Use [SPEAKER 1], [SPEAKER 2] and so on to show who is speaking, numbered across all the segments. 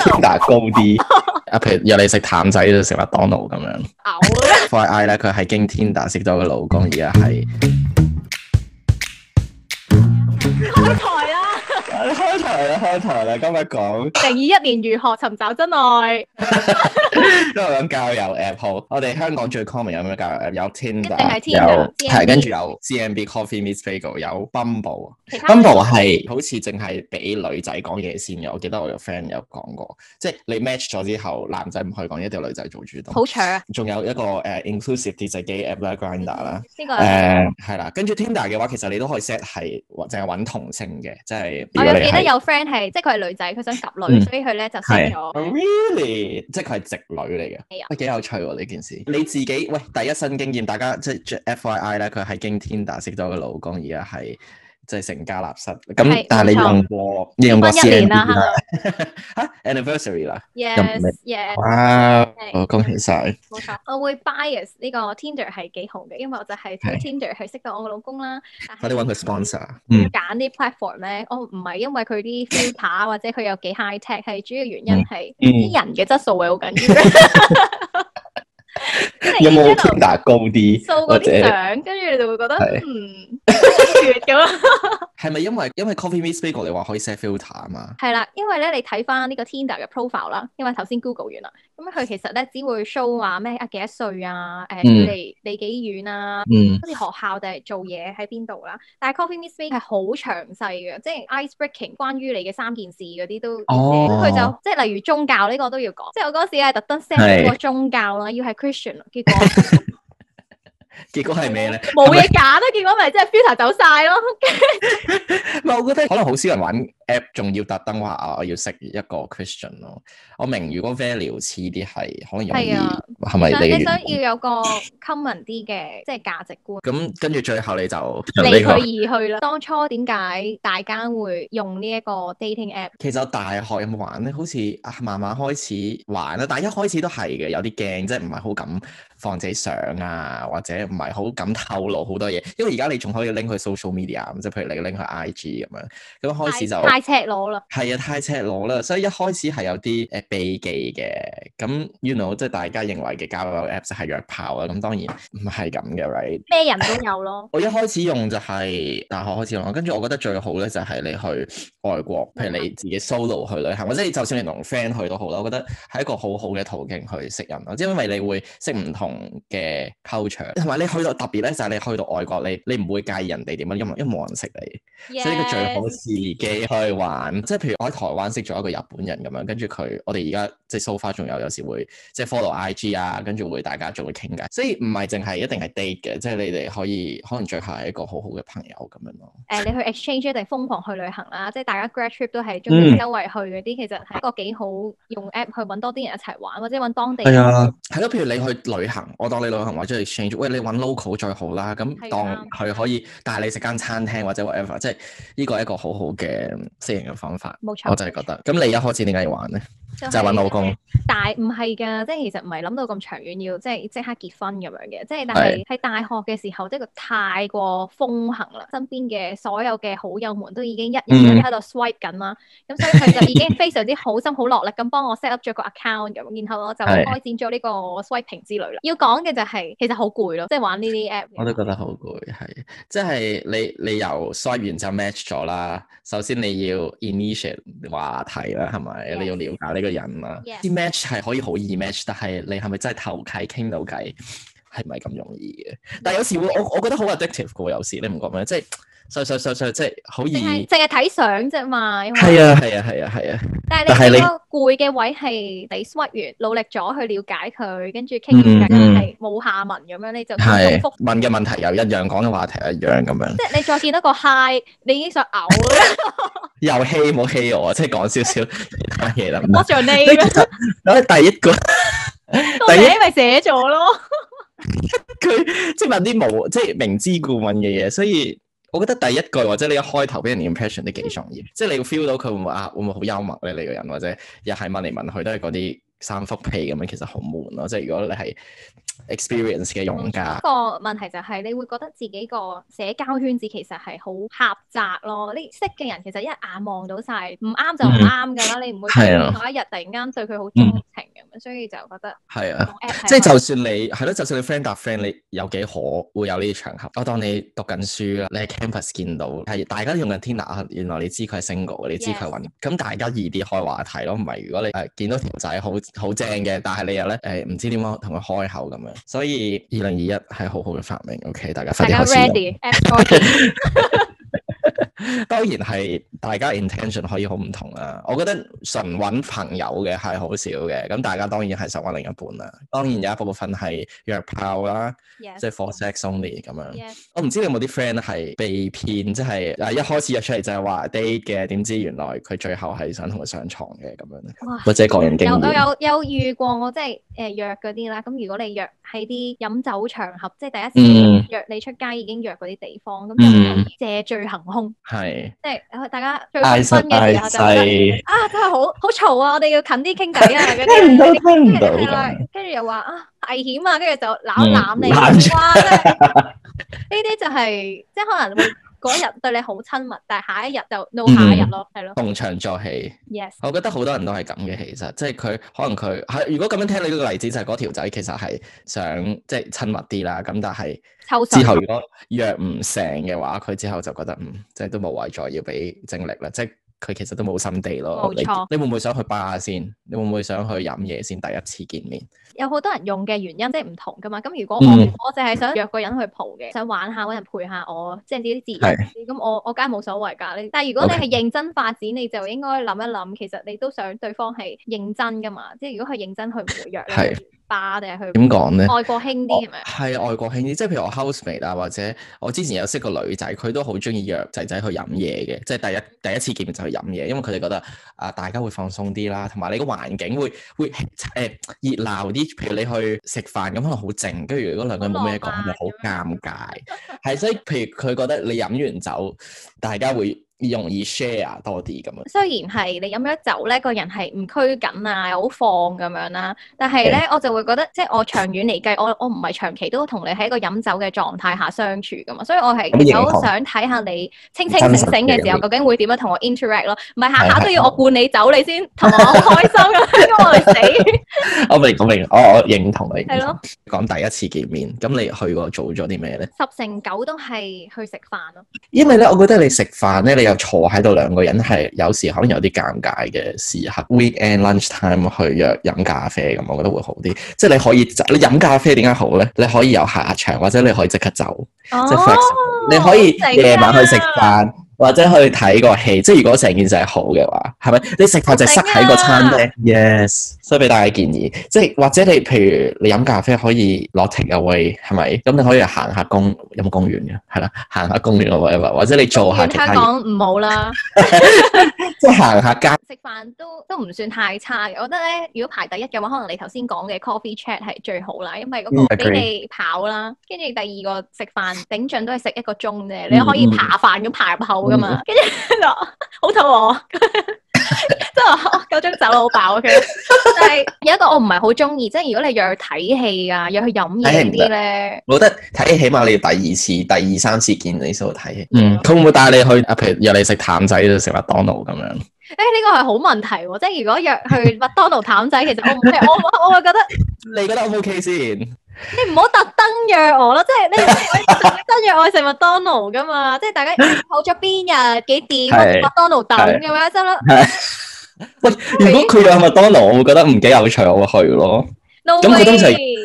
[SPEAKER 1] standard 高啲。 啊，譬如約你食淡仔就食麥當勞咁樣。
[SPEAKER 2] 嘔
[SPEAKER 1] Fly Eye 咧，佢係經 Tinder 識咗個老公，而家係
[SPEAKER 2] 開台啦！
[SPEAKER 1] 開台啦，開台啦！今日講
[SPEAKER 2] 零二一年如何尋找真愛？
[SPEAKER 1] 都係講交友 app 好，我哋香港最 common 有咩交友 app？有
[SPEAKER 2] 係
[SPEAKER 1] Tinder，
[SPEAKER 2] Tinder，
[SPEAKER 1] 有
[SPEAKER 2] CMB
[SPEAKER 1] 係跟住有 CMB Coffee Miss Bagel，有 Bumble。
[SPEAKER 2] 其他
[SPEAKER 1] Bumble 係好似淨係俾女仔講嘢先嘅，我記得我個 friend 有講過，即係你 match 咗之後，男仔唔可以講，一定要女仔做主動。
[SPEAKER 2] 好搶啊！
[SPEAKER 1] 仲有一個誒、呃 inclusive 啲就係 gay app 啦，Grindr 啦。
[SPEAKER 2] 呢 個
[SPEAKER 1] 誒係啦，跟住 Tinder 嘅話，其實你都可以 set 係或淨係揾同性嘅，即係如
[SPEAKER 2] 我
[SPEAKER 1] 果
[SPEAKER 2] 哦有
[SPEAKER 1] 你
[SPEAKER 2] 記得
[SPEAKER 1] 係
[SPEAKER 2] 有 friend 係，即係佢係女仔，佢想及女，
[SPEAKER 1] 嗯
[SPEAKER 2] 所以佢咧就識
[SPEAKER 1] 係啊
[SPEAKER 2] 咗。
[SPEAKER 1] really，即係佢係直女嚟嘅
[SPEAKER 2] 係啊，
[SPEAKER 1] 喂幾有趣喎呢件事。你自己喂第一身經驗，大家即係 FYI 咧，佢係經 Tinder 識咗個老公，而家係即係成家立室。咁
[SPEAKER 2] 係
[SPEAKER 1] 但係你
[SPEAKER 2] 冇錯
[SPEAKER 1] 用過你用過
[SPEAKER 2] 結婚一
[SPEAKER 1] CMB
[SPEAKER 2] 年啦
[SPEAKER 1] 啦，嚇 anniversary 啦，
[SPEAKER 2] Yes yes，
[SPEAKER 1] 哇
[SPEAKER 2] 係！
[SPEAKER 1] 恭喜晒！
[SPEAKER 2] 冇錯。我會 bias 呢個 Tinder 係幾紅嘅，因為我就係
[SPEAKER 1] 係
[SPEAKER 2] 睇 Tinder 去識到我個老公啦。但係
[SPEAKER 1] 快啲揾佢 sponsor。嗯，
[SPEAKER 2] 揀啲 platform 咧，我唔係因為佢啲 filter 啊或者佢有幾 high tech，係主要原因係
[SPEAKER 1] 嗯
[SPEAKER 2] 啲人嘅質素會好緊要。即
[SPEAKER 1] 有
[SPEAKER 2] 係你
[SPEAKER 1] 冇
[SPEAKER 2] 一路
[SPEAKER 1] Tinder 高啲？
[SPEAKER 2] 掃
[SPEAKER 1] 或
[SPEAKER 2] 嗰
[SPEAKER 1] 者
[SPEAKER 2] 啲相，跟住你就會覺得
[SPEAKER 1] 係
[SPEAKER 2] 嗯好血咁啊。
[SPEAKER 1] 係咪因為因為 Coffee Miss Bagel 你話可以 set filter 啊嘛？
[SPEAKER 2] 係啦，因為咧你睇翻呢個 Tinder 嘅 profile 啦，因為頭先 Google 完啦，咁佢其實咧只會 show 話咩啊幾多歲啊，
[SPEAKER 1] 嗯
[SPEAKER 2] 誒你離你幾遠啊，
[SPEAKER 1] 嗯。
[SPEAKER 2] 好似學校定係做嘢喺邊度啦。但係 Coffee Miss Bay 係好詳細嘅，即係 ice breaking 關於你嘅三件事嗰啲都寫。
[SPEAKER 1] 哦
[SPEAKER 2] 咁佢就即係例如宗教呢個都要講，即係我嗰時係特登 set
[SPEAKER 1] 係
[SPEAKER 2] 咗個宗教啦，要係 Christian，啦 結果
[SPEAKER 1] 結果係咩咧？
[SPEAKER 2] 冇嘢揀啦，結果咪即係 filter 走晒咯。
[SPEAKER 1] 唔係，我覺得可能好少人玩 app，仲要特登話啊，我要識一個 Christian 咯。我明，如果 value 似啲係，可能容易
[SPEAKER 2] 係啊
[SPEAKER 1] 係咪
[SPEAKER 2] 想
[SPEAKER 1] 你嘅
[SPEAKER 2] 你
[SPEAKER 1] 原
[SPEAKER 2] 想
[SPEAKER 1] 因？
[SPEAKER 2] 要有個 common 啲嘅即係價值觀。
[SPEAKER 1] 咁跟住最後你就
[SPEAKER 2] 離佢
[SPEAKER 1] 個。
[SPEAKER 2] 而去啦。當初點解大家會用呢一個 dating app？
[SPEAKER 1] 其實我大學有冇玩咧？好似啊，慢慢開始玩啦，但係一開始都係嘅，有啲驚，即係唔係好敢放自己相啊，或者唔係好敢透露好多嘢。因為而家你仲可以拎去 social media，即係譬如你拎去 IG 咁樣，咁開始就
[SPEAKER 2] 太太赤裸啦，
[SPEAKER 1] 係啊，太赤裸啦，所以一開始係有啲誒避忌嘅。咁 you know，即係大家認為嘅交友 app 就係約炮啊啦。咁當然唔係咁嘅，right？
[SPEAKER 2] 咩人都有咯。
[SPEAKER 1] 我一開始用就係大學開始用，跟住我覺得最好咧就係你去外國，譬如你自己 solo 去旅行，或者你就算你同 friend 去都好啦。我覺得係一個好好嘅途徑去識人咯，即係因為你會識唔同嘅 culture，同埋你去到特別咧就係你去到外國，你你唔會介意人哋點樣，因為因為冇人識你。 所以呢個最好
[SPEAKER 2] Yes，
[SPEAKER 1] 時機去玩，即係譬如我喺台灣識咗一個日本人咁樣，跟住佢我哋而家即係 so far 仲有有時會即係 follow IG 啊，跟住會大家仲會傾偈，所以唔係淨係一定係 date 嘅，即係你哋可以可能最後係一個好好嘅朋友咁樣咯。
[SPEAKER 2] 誒，你去 exchange 一定瘋狂去旅行啦，即係大家 grad trip 都係中
[SPEAKER 1] 嗯
[SPEAKER 2] 意周圍去嗰啲，其實係一個幾好用 app 去揾多啲人一齊玩，或者揾當地人。
[SPEAKER 1] 啊，係咯，譬如你去旅行，我當你旅行或者 exchange，喂你揾 local 最好啦，
[SPEAKER 2] 係
[SPEAKER 1] 咁
[SPEAKER 2] 啊
[SPEAKER 1] 當佢可以帶你食間餐廳或者 whatever，即係呢個係一個好好嘅私人嘅方法。
[SPEAKER 2] 冇錯，
[SPEAKER 1] 我就係覺得，咁你一開始點解要玩咧？
[SPEAKER 2] 就
[SPEAKER 1] 就係揾老公。
[SPEAKER 2] 但係唔係㗎，即係其實唔係諗到咁長遠要即係即刻結婚咁樣嘅，即係但係喺大學嘅時候，即係個太過風行啦，身邊嘅所有嘅好友們都已經一日
[SPEAKER 1] 嗯
[SPEAKER 2] 日喺度 swipe 緊啦，咁、所以佢就已 經非常之好心好落力咁幫我 set up 咗個 account 咁，然後我就
[SPEAKER 1] 係
[SPEAKER 2] 開展咗呢個 swiping 之旅啦。要講嘅就係、其實好攰咯，即係玩呢啲 app。
[SPEAKER 1] 我都覺得好攰，係即係你你由 swipe 完就 match 咗啦。首先你要 initiate 話題啦，係咪
[SPEAKER 2] Yes
[SPEAKER 1] 你要了解呢個人啦。
[SPEAKER 2] Yes
[SPEAKER 1] 啲 match 係可以好易 match，但係你係咪真係投契傾到偈，係咪咁容易嘅？但係有時會我我覺得好 addictive 嘅喎，有時你唔覺咩？即係上上上上即係好
[SPEAKER 2] 淨係
[SPEAKER 1] 易。
[SPEAKER 2] 淨係睇相啫嘛，因為
[SPEAKER 1] 係啊係啊係啊係啊，
[SPEAKER 2] 但
[SPEAKER 1] 但係
[SPEAKER 2] 係
[SPEAKER 1] 你
[SPEAKER 2] 你嗰個攰嘅位係你 swipe 完，努力咗去了解佢，跟住傾完偈
[SPEAKER 1] 嗯嗯
[SPEAKER 2] 係冇下文咁樣，你就
[SPEAKER 1] 係
[SPEAKER 2] 重複，
[SPEAKER 1] 問嘅問題又一樣，講嘅話題一樣咁樣。
[SPEAKER 2] 即係你再見到個 hi，你已經想嘔啦
[SPEAKER 1] 又欺冇欺我，即係講少 少其他嘢啦。
[SPEAKER 2] ，what's your
[SPEAKER 1] 即
[SPEAKER 2] name？
[SPEAKER 1] 係第一個。
[SPEAKER 2] 個名咪寫咗咯，
[SPEAKER 1] 佢即係問啲冇即係明知故問嘅嘢，所以我覺得第一句或者你一開頭俾人 impression 都嗯幾重要，即係你會 feel 到佢會唔會啊會唔會好幽默咧？你個人或者又係問嚟問去都係嗰啲三幅被咁樣，其實好悶咯。即係如果你係 experience 嘅用家，
[SPEAKER 2] 個問題就係你會覺得自己個社交圈子其實係好狹窄咯。你識嘅人其實一眼望到晒，唔啱就唔啱㗎啦。你唔會
[SPEAKER 1] 係啊
[SPEAKER 2] 有一日突然間對佢好鍾情咁樣，所以就覺得
[SPEAKER 1] 係啊。
[SPEAKER 2] 用 app
[SPEAKER 1] 即係
[SPEAKER 2] 係
[SPEAKER 1] 就算你係咯，就算你 friend 搭 friend，你有幾可會有呢啲場合？我當你讀緊書啦，你喺 campus 見到係大家都用緊 Tinder，啊原來你知佢係 single，嘅你知佢
[SPEAKER 2] Yes
[SPEAKER 1] 揾，咁大家易啲開話題咯。唔係如果你誒、呃、見到條仔好好正嘅，但係你又咧誒唔知點樣同佢開口咁樣，所以二零二一係好好嘅發明。OK，大家
[SPEAKER 2] 大
[SPEAKER 1] 快啲
[SPEAKER 2] 家
[SPEAKER 1] 開始用。
[SPEAKER 2] ready app ready
[SPEAKER 1] 當然係大家 intention 可以好唔同啦。我覺得純揾朋友嘅係好少嘅，咁大家當然係想揾另一半啦。當然有一部分係約炮啦，即係
[SPEAKER 2] yes
[SPEAKER 1] for sex only 咁樣。
[SPEAKER 2] yes
[SPEAKER 1] 我唔知你有冇啲 friend 係被騙，即係誒一開始約出嚟就係話 date 嘅，點知原來佢最後係想同佢上床嘅咁樣，
[SPEAKER 2] 哇！
[SPEAKER 1] 或者個人經
[SPEAKER 2] 有我
[SPEAKER 1] 驗。
[SPEAKER 2] 有有遇過，我即係誒約嗰啲啦。咁如果你約喺啲飲酒場合，即係第一
[SPEAKER 1] 嗯
[SPEAKER 2] 次約你出街已經約嗰啲地方，咁就
[SPEAKER 1] 嗯
[SPEAKER 2] 係借醉行兇，
[SPEAKER 1] 係
[SPEAKER 2] 即係大家最
[SPEAKER 1] 嗌
[SPEAKER 2] 開心
[SPEAKER 1] 實
[SPEAKER 2] 嘅時
[SPEAKER 1] 嗌
[SPEAKER 2] 候就覺得
[SPEAKER 1] 細，
[SPEAKER 2] 啊真係好好嘈啊！我哋要近啲傾偈啊嗰
[SPEAKER 1] 聽唔到
[SPEAKER 2] 啲。
[SPEAKER 1] 聽唔到
[SPEAKER 2] 係啦
[SPEAKER 1] 咁。
[SPEAKER 2] 跟住又話啊危險啊，跟住就攬攬你，
[SPEAKER 1] 嗯攬
[SPEAKER 2] 哇！啊真係 呢啲就係即係可能會嗰日對你好親密，但係下一日就 no
[SPEAKER 1] 嗯
[SPEAKER 2] 下一日咯，係咯
[SPEAKER 1] 逢場作戲。
[SPEAKER 2] ，yes，
[SPEAKER 1] 我覺得好多人都係咁嘅，其實即係佢可能佢係如果咁樣聽你呢個例子，就係嗰條仔其實係想即係親密啲啦，咁但係
[SPEAKER 2] 抽水
[SPEAKER 1] 之後如果約唔成嘅話，佢之後就覺得嗯，即係都冇謂再要俾精力啦，即係佢其實都冇心地咯。
[SPEAKER 2] 冇錯
[SPEAKER 1] 你你會唔會想去巴先？你會唔會想去飲嘢先？第一次見面，
[SPEAKER 2] 有好多人用嘅原因即係唔同噶嘛。咁如果我、
[SPEAKER 1] 嗯
[SPEAKER 2] 我淨係想約個人去蒲嘅，想玩下揾人陪下我，即係呢啲
[SPEAKER 1] 係
[SPEAKER 2] 自然啲咁我我梗係冇所謂㗎。你但係如果你
[SPEAKER 1] OK
[SPEAKER 2] 係認真發展，你就應該諗一諗，其實你都想對方係認真噶嘛。即係如果佢認真，佢唔會約
[SPEAKER 1] 係
[SPEAKER 2] 你去巴定係去
[SPEAKER 1] 點講咧？
[SPEAKER 2] 外國興啲咁樣。
[SPEAKER 1] 係外國興啲，即係譬如我 housemate 啊，或者我之前有識個女仔，佢都好中意約仔仔去飲嘢嘅，即係第一第一次見面就去飲嘢，因為佢哋覺得啊大家會放鬆啲啦，同埋你個環境會會誒、呃、熱鬧啲。譬如你去食飯咁，可能好靜，跟住如果兩個人冇咩講，
[SPEAKER 2] 好浪漫
[SPEAKER 1] 就好尷尬。係所以，譬如佢覺得你飲完酒，大家會容易 share 多啲咁樣。
[SPEAKER 2] 雖然係你飲咗酒咧，個人係唔拘謹啊，又好放咁樣啦，但係咧我就會覺得，即係我長遠嚟計，我我唔係長期都同你喺一個飲酒嘅狀態下相處噶嘛，所以我係
[SPEAKER 1] 咁認同
[SPEAKER 2] 有想睇下你清清醒醒嘅時候，究竟會點樣同我 interact 咯，唔係下下
[SPEAKER 1] 係
[SPEAKER 2] 都要我灌你酒你先 同我好開心咁，咁我哋死
[SPEAKER 1] 我明我明，我我認同你。
[SPEAKER 2] 係咯，
[SPEAKER 1] 講第一次見面，咁你去過做咗啲咩咧？
[SPEAKER 2] 十成九都係去食飯咯，
[SPEAKER 1] 因為咧，我覺得你食飯咧，你又坐喺度兩個人係有時可能有啲尷尬嘅時刻。Weekend lunch time 去約飲咖啡咁，我覺得會好啲。即係你可以走你飲咖啡點解好咧？你可以有下場，或者你可以即刻走，即係 flexible 你可
[SPEAKER 2] 哦啊
[SPEAKER 1] 以夜晚去食飯，或者去睇個戲。即係如果成件事係好嘅話，係咪？你食飯就係塞喺個餐廳。Yes，所以俾大家建議，即係或者你譬如你飲咖啡可以攞 take away 係咪？咁你可以行下公有冇公園嘅？係啦，行下公園或者或者你做下
[SPEAKER 2] 遠
[SPEAKER 1] 其他
[SPEAKER 2] 香
[SPEAKER 1] 嘢，
[SPEAKER 2] 港唔好啦。
[SPEAKER 1] 即係行下街。
[SPEAKER 2] 食飯都都唔算太差嘅，我覺得咧，如果排第一嘅話，可能你頭先講嘅 coffee chat 係最好啦，因為嗰個
[SPEAKER 1] 嗯
[SPEAKER 2] 俾你跑啦，跟住第二個食飯頂盡都係食一個鐘啫，你可以扒飯咁爬入口噶嘛，跟住 就好肚餓， 即係夠鐘走啦，好飽嘅。但係有一個我唔係好中意，即係如果你約去睇戲啊，約去飲嘢嗰啲咧，
[SPEAKER 1] 我覺得睇起碼你要第二次、第二三次見你先好睇戲。嗯，佢會唔會帶你去啊？譬如約你食淡仔，食麥當勞咁樣。
[SPEAKER 2] 誒呢個係好問題喎，即係如果約去麥當勞淡仔，其實我唔會，我我我會覺得。
[SPEAKER 1] 你覺得 O 唔 OK 先？
[SPEAKER 2] 你唔好特登約我咯，即係你唔可以特登約我去食麥當勞噶嘛，即 係大家好咗邊日幾點我
[SPEAKER 1] 係
[SPEAKER 2] 去麥當勞等咁樣，即係咯
[SPEAKER 1] 喂，如果佢有麥當勞，我會覺得唔幾有趣，我會去咯。
[SPEAKER 2] ，no
[SPEAKER 1] 咁佢通常
[SPEAKER 2] way。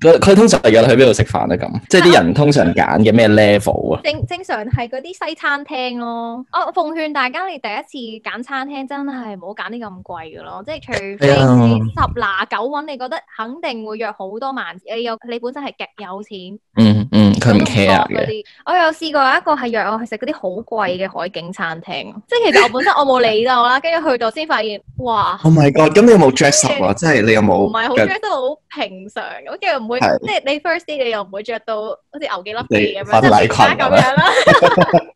[SPEAKER 1] 佢佢通常約你去邊度食飯咧？咁即係啲人通常揀嘅咩 level 啊？
[SPEAKER 2] 正正常係嗰啲西餐廳咯，哦我我奉勸大家，你第一次揀餐廳真係唔好揀啲咁貴嘅咯，即係除非
[SPEAKER 1] 係啊
[SPEAKER 2] 你十哎拿九穩，你覺得肯定會約好多萬，你有你本身係極有錢，
[SPEAKER 1] 嗯嗯，佢佢唔 care
[SPEAKER 2] 嗰
[SPEAKER 1] 嘅。
[SPEAKER 2] 啲。我有試過有一個係約我去食嗰啲好貴嘅海景餐廳，即係其實我本身我冇理到啦，跟住去到先發現，哇！
[SPEAKER 1] Oh my god！咁你有冇 dress up 啊？即係你有
[SPEAKER 2] 唔
[SPEAKER 1] 冇
[SPEAKER 2] 係好
[SPEAKER 1] 着
[SPEAKER 2] dress 得好平常，咁跟住唔會
[SPEAKER 1] 係
[SPEAKER 2] 即係你 first day 你又唔會着到好似牛幾粒
[SPEAKER 1] 你
[SPEAKER 2] 地咁
[SPEAKER 1] 婚
[SPEAKER 2] 樣，即係
[SPEAKER 1] 禮
[SPEAKER 2] 而家
[SPEAKER 1] 裙
[SPEAKER 2] 咁樣啦，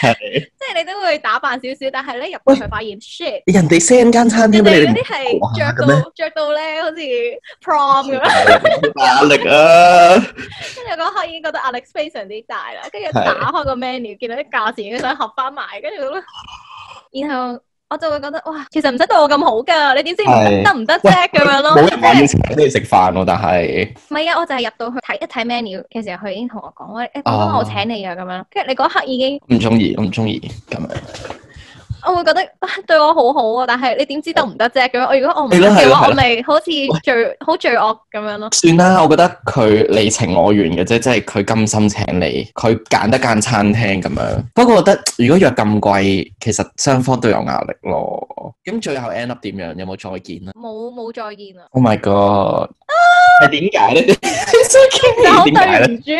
[SPEAKER 1] 係
[SPEAKER 2] 即係你都會打扮少少，但係咧入到去發現 shit，
[SPEAKER 1] 人哋 send 間餐廳
[SPEAKER 2] 人
[SPEAKER 1] 俾
[SPEAKER 2] 哋嗰
[SPEAKER 1] 你
[SPEAKER 2] 啲
[SPEAKER 1] 哋
[SPEAKER 2] 係
[SPEAKER 1] 哇
[SPEAKER 2] 着
[SPEAKER 1] 咁咩
[SPEAKER 2] 到着到咧好似 prom 咁樣。
[SPEAKER 1] 壓力啊！
[SPEAKER 2] 跟住嗰刻已經覺得壓力非常之大啦，跟住
[SPEAKER 1] 係
[SPEAKER 2] 打開個 menu 見到啲價錢已經想合翻埋，跟住咧，然後我就會覺得哇，其實唔使對我咁好㗎，你點知唔
[SPEAKER 1] 係
[SPEAKER 2] 得得唔得啫咁樣咯。
[SPEAKER 1] 冇人話要
[SPEAKER 2] 即係
[SPEAKER 1] 請你食飯喎，但係
[SPEAKER 2] 唔係啊，我就係入到去睇一睇 menu 嘅時候，佢已經同我講喂，誒、哥
[SPEAKER 1] 哦
[SPEAKER 2] 哥我請你啊咁樣，跟住你嗰刻已經
[SPEAKER 1] 唔中意，我唔中意咁樣。
[SPEAKER 2] 我會覺得哇對我好好啊，但係你點知得唔得啫咁樣。我如果我唔得
[SPEAKER 1] 係咯係
[SPEAKER 2] 嘅
[SPEAKER 1] 咯
[SPEAKER 2] 話，
[SPEAKER 1] 係咯
[SPEAKER 2] 我咪好似罪好罪惡咁樣咯。
[SPEAKER 1] 算啦，我覺得佢你情我願嘅啫，即係佢甘心請你，佢揀得間餐廳咁樣。不過我覺得如果約咁貴，其實雙方都有壓力咯。咁最後 end up 點樣？有冇再見啊
[SPEAKER 2] 冇冇再見啦，
[SPEAKER 1] ？Oh my god！係點解 咧？
[SPEAKER 2] 真係好
[SPEAKER 1] 點解
[SPEAKER 2] 對
[SPEAKER 1] 咧？
[SPEAKER 2] 唔住。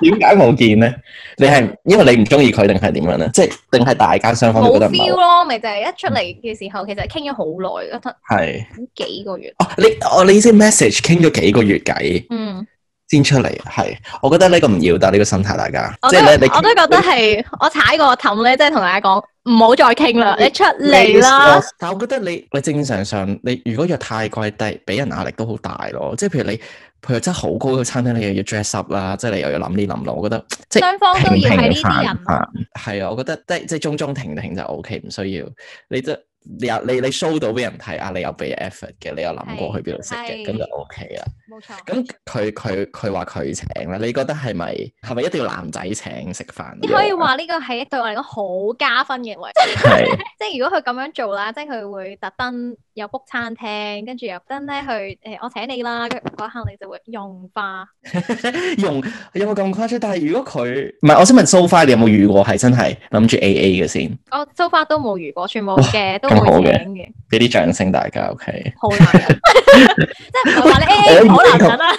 [SPEAKER 1] 點解冇見咧？你係因為你唔中意佢定係點樣咧？即係定係大家雙方都
[SPEAKER 2] 冇
[SPEAKER 1] 覺得唔
[SPEAKER 2] feel
[SPEAKER 1] 好
[SPEAKER 2] 咯，咪就係一出嚟嘅時候，其實傾咗好耐，覺得
[SPEAKER 1] 係？
[SPEAKER 2] 幾個月。
[SPEAKER 1] 哦，你哦你先 message 傾咗幾個月偈
[SPEAKER 2] 嗯，
[SPEAKER 1] 先出嚟，係我覺得呢個唔要得呢個心態，大家
[SPEAKER 2] 我
[SPEAKER 1] 即
[SPEAKER 2] 都
[SPEAKER 1] 係咧你
[SPEAKER 2] 我都覺得係我踩過個氹咧，即係同大家講唔好再傾啦，你出嚟啦。！
[SPEAKER 1] 但我覺得你你正常上，你如果約太貴，低俾人壓力都好大咯。即係譬如你，譬如真係好高嘅餐廳，你又要 dress up 啦，即係你又要諗呢諗路。我覺得即係
[SPEAKER 2] 雙方都哦要係呢
[SPEAKER 1] 平
[SPEAKER 2] 啲人
[SPEAKER 1] 平，凡凡係啊，我覺得即係即係中中停停就 O K，唔需要你即你又你你 show 到俾人睇啊，你有俾 effort 嘅，你有諗過去邊度食嘅，
[SPEAKER 2] 係
[SPEAKER 1] 咁就 O K 啦。
[SPEAKER 2] 冇錯。
[SPEAKER 1] 咁佢佢佢話佢請啦，你覺得係咪係咪一定要男仔請食飯？
[SPEAKER 2] 你可以話呢個係對我嚟講好加分嘅位，即
[SPEAKER 1] 係。
[SPEAKER 2] 即係如果佢咁樣做啦，即係佢會特登有 book 餐廳，跟住又特登咧去誒我請你啦，跟住嗰刻你就會融化。
[SPEAKER 1] 用有冇咁誇張？但係如果佢唔係，我想問 so far 你有冇遇過係真係諗住 A A 嘅先？
[SPEAKER 2] 我 so far 都冇如果全部
[SPEAKER 1] 哇
[SPEAKER 2] 嘅都
[SPEAKER 1] 咁
[SPEAKER 2] 會
[SPEAKER 1] 好嘅
[SPEAKER 2] 請嘅，
[SPEAKER 1] 俾啲掌聲大家，OK？
[SPEAKER 2] 好男人， 即係唔 係話你 A A 好男人啦。啊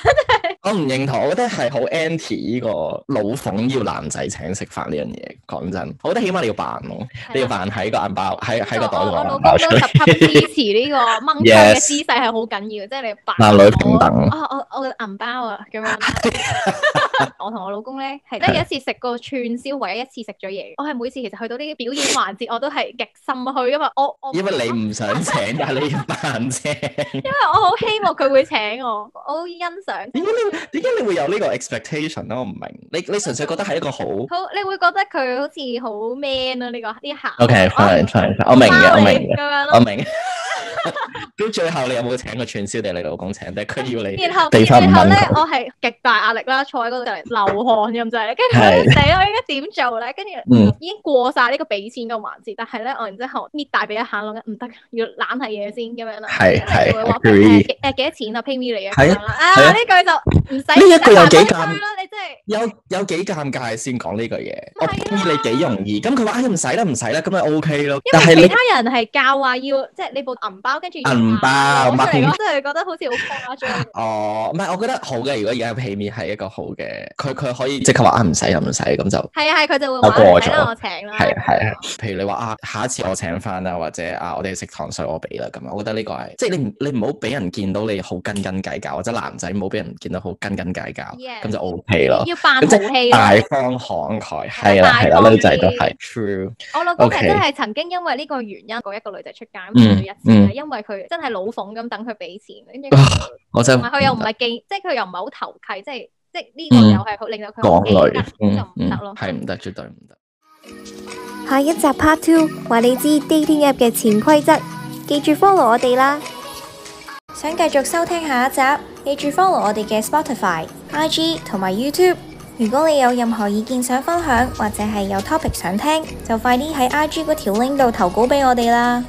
[SPEAKER 1] 我唔認同，我覺得係好 anti 呢個老馮要男仔請食飯呢樣嘢。講真，我覺得起碼你要扮咯，你要扮喺個銀包喺喺個袋
[SPEAKER 2] 啊我
[SPEAKER 1] 度啊個
[SPEAKER 2] 我老公
[SPEAKER 1] 銀包出
[SPEAKER 2] 都
[SPEAKER 1] 嚟，
[SPEAKER 2] 十級支持呢 個掹槍
[SPEAKER 1] Yes
[SPEAKER 2] 嘅姿勢係好緊要，即係你扮
[SPEAKER 1] 男女平等。
[SPEAKER 2] 我我我嘅銀包啊咁樣。我同我老公咧係即係有一次食過串燒，唯一一次食咗嘢。我係每次其實去到呢啲表演環節，我都係極心虛，因為我 我
[SPEAKER 1] 因為
[SPEAKER 2] 因
[SPEAKER 1] 你唔想請，但係你要扮請。 點
[SPEAKER 2] 為我好希望佢會請我，我好欣賞。
[SPEAKER 1] 解你點解你會有呢個 expectation 啊咧？我唔明。你你純粹覺得係一個好
[SPEAKER 2] 好，你會覺得佢好似好 man 啊呢個呢下。
[SPEAKER 1] OK，fine fine，我明嘅，我明嘅。
[SPEAKER 2] 咁樣
[SPEAKER 1] 我
[SPEAKER 2] 咯。
[SPEAKER 1] 明。 咁最後你有冇請個串燒定係你老公請定係佢 要你？
[SPEAKER 2] 然後
[SPEAKER 1] 地方唔
[SPEAKER 2] 然後
[SPEAKER 1] 問
[SPEAKER 2] 咧，
[SPEAKER 1] 佢
[SPEAKER 2] 我係極大壓力啦，坐喺嗰度就嚟流汗咁滯，跟住
[SPEAKER 1] 係
[SPEAKER 2] 咧死啦，我應該點做咧？跟
[SPEAKER 1] 嗯
[SPEAKER 2] 住已經過晒呢個俾錢嘅環節，但係咧，我然之後搣大髀一下諗緊唔得，要攬下嘢先咁樣啦。
[SPEAKER 1] 係
[SPEAKER 2] 跟住
[SPEAKER 1] 係
[SPEAKER 2] 就會話誒
[SPEAKER 1] agree。
[SPEAKER 2] 幾誒幾多錢啊？pay me 嚟啊！
[SPEAKER 1] 係啊
[SPEAKER 2] 咁樣啦啊
[SPEAKER 1] 係啊
[SPEAKER 2] 呢句就唔使
[SPEAKER 1] 呢一句有幾
[SPEAKER 2] 唔
[SPEAKER 1] 尷
[SPEAKER 2] 使煩啦，你真係
[SPEAKER 1] 有有幾尷尬先講呢句嘢，我
[SPEAKER 2] 係啊
[SPEAKER 1] 中意你幾容易。咁佢話：唉，唔使啦，唔使啦，咁咪 O K 咯。但係
[SPEAKER 2] 因為
[SPEAKER 1] 你
[SPEAKER 2] 其他人係教話要即係你部銀包跟住要
[SPEAKER 1] 銀包
[SPEAKER 2] 攞出嚟
[SPEAKER 1] 掹
[SPEAKER 2] 咯，真係覺得好似好 誇張。
[SPEAKER 1] 哦，唔係，我覺得好嘅。如果而家皮面係一個好嘅，佢佢可以即刻話啊，唔使啦，唔使咁就
[SPEAKER 2] 係啊係，佢就會
[SPEAKER 1] 我
[SPEAKER 2] 話
[SPEAKER 1] 過
[SPEAKER 2] 係
[SPEAKER 1] 咗
[SPEAKER 2] 啦，我請啦。
[SPEAKER 1] 係啊係啊。譬如你話啊，下一次我請翻啦，或者啊，我哋食糖水我俾啦咁啊。我覺得呢個係即係你唔你唔好俾人見到你好斤斤計較，或者男仔唔好俾人見到好斤斤計較，
[SPEAKER 2] Yes
[SPEAKER 1] 咁就 O K 咯。
[SPEAKER 2] 要扮
[SPEAKER 1] 咁即係
[SPEAKER 2] 豪氣咯
[SPEAKER 1] 大方慷慨，係啦係
[SPEAKER 2] 大
[SPEAKER 1] 啦，
[SPEAKER 2] 方
[SPEAKER 1] 女仔都
[SPEAKER 2] 啲
[SPEAKER 1] 係 true，
[SPEAKER 2] 我老公
[SPEAKER 1] OK
[SPEAKER 2] 係真係曾經因為呢個原因，嗰一個女仔出街咁
[SPEAKER 1] 嗯
[SPEAKER 2] 佢一次
[SPEAKER 1] 嗯
[SPEAKER 2] 係因為佢真係老馮咁等佢俾錢，跟住
[SPEAKER 1] 啊
[SPEAKER 2] 佢
[SPEAKER 1] 我真
[SPEAKER 2] 同埋佢又唔
[SPEAKER 1] 係
[SPEAKER 2] 係記，即係佢又唔係好投契，即係即係呢個又係好令到佢
[SPEAKER 1] 港
[SPEAKER 2] 好
[SPEAKER 1] 女，
[SPEAKER 2] 咁
[SPEAKER 1] 嗯
[SPEAKER 2] 就唔
[SPEAKER 1] 嗯
[SPEAKER 2] 得咯，。
[SPEAKER 1] 係唔得，絕對唔得。
[SPEAKER 3] 下一集 Part Two 話你知 dating app 嘅潛規則，記住 follow 我哋啦！想繼續收聽下一集，記住 follow 我哋嘅 Spotify、IG 同埋 YouTube。如果你有任何意見想分享，或者係有 topic 想聽，就快啲喺 IG 嗰條 link 度投稿俾我哋啦！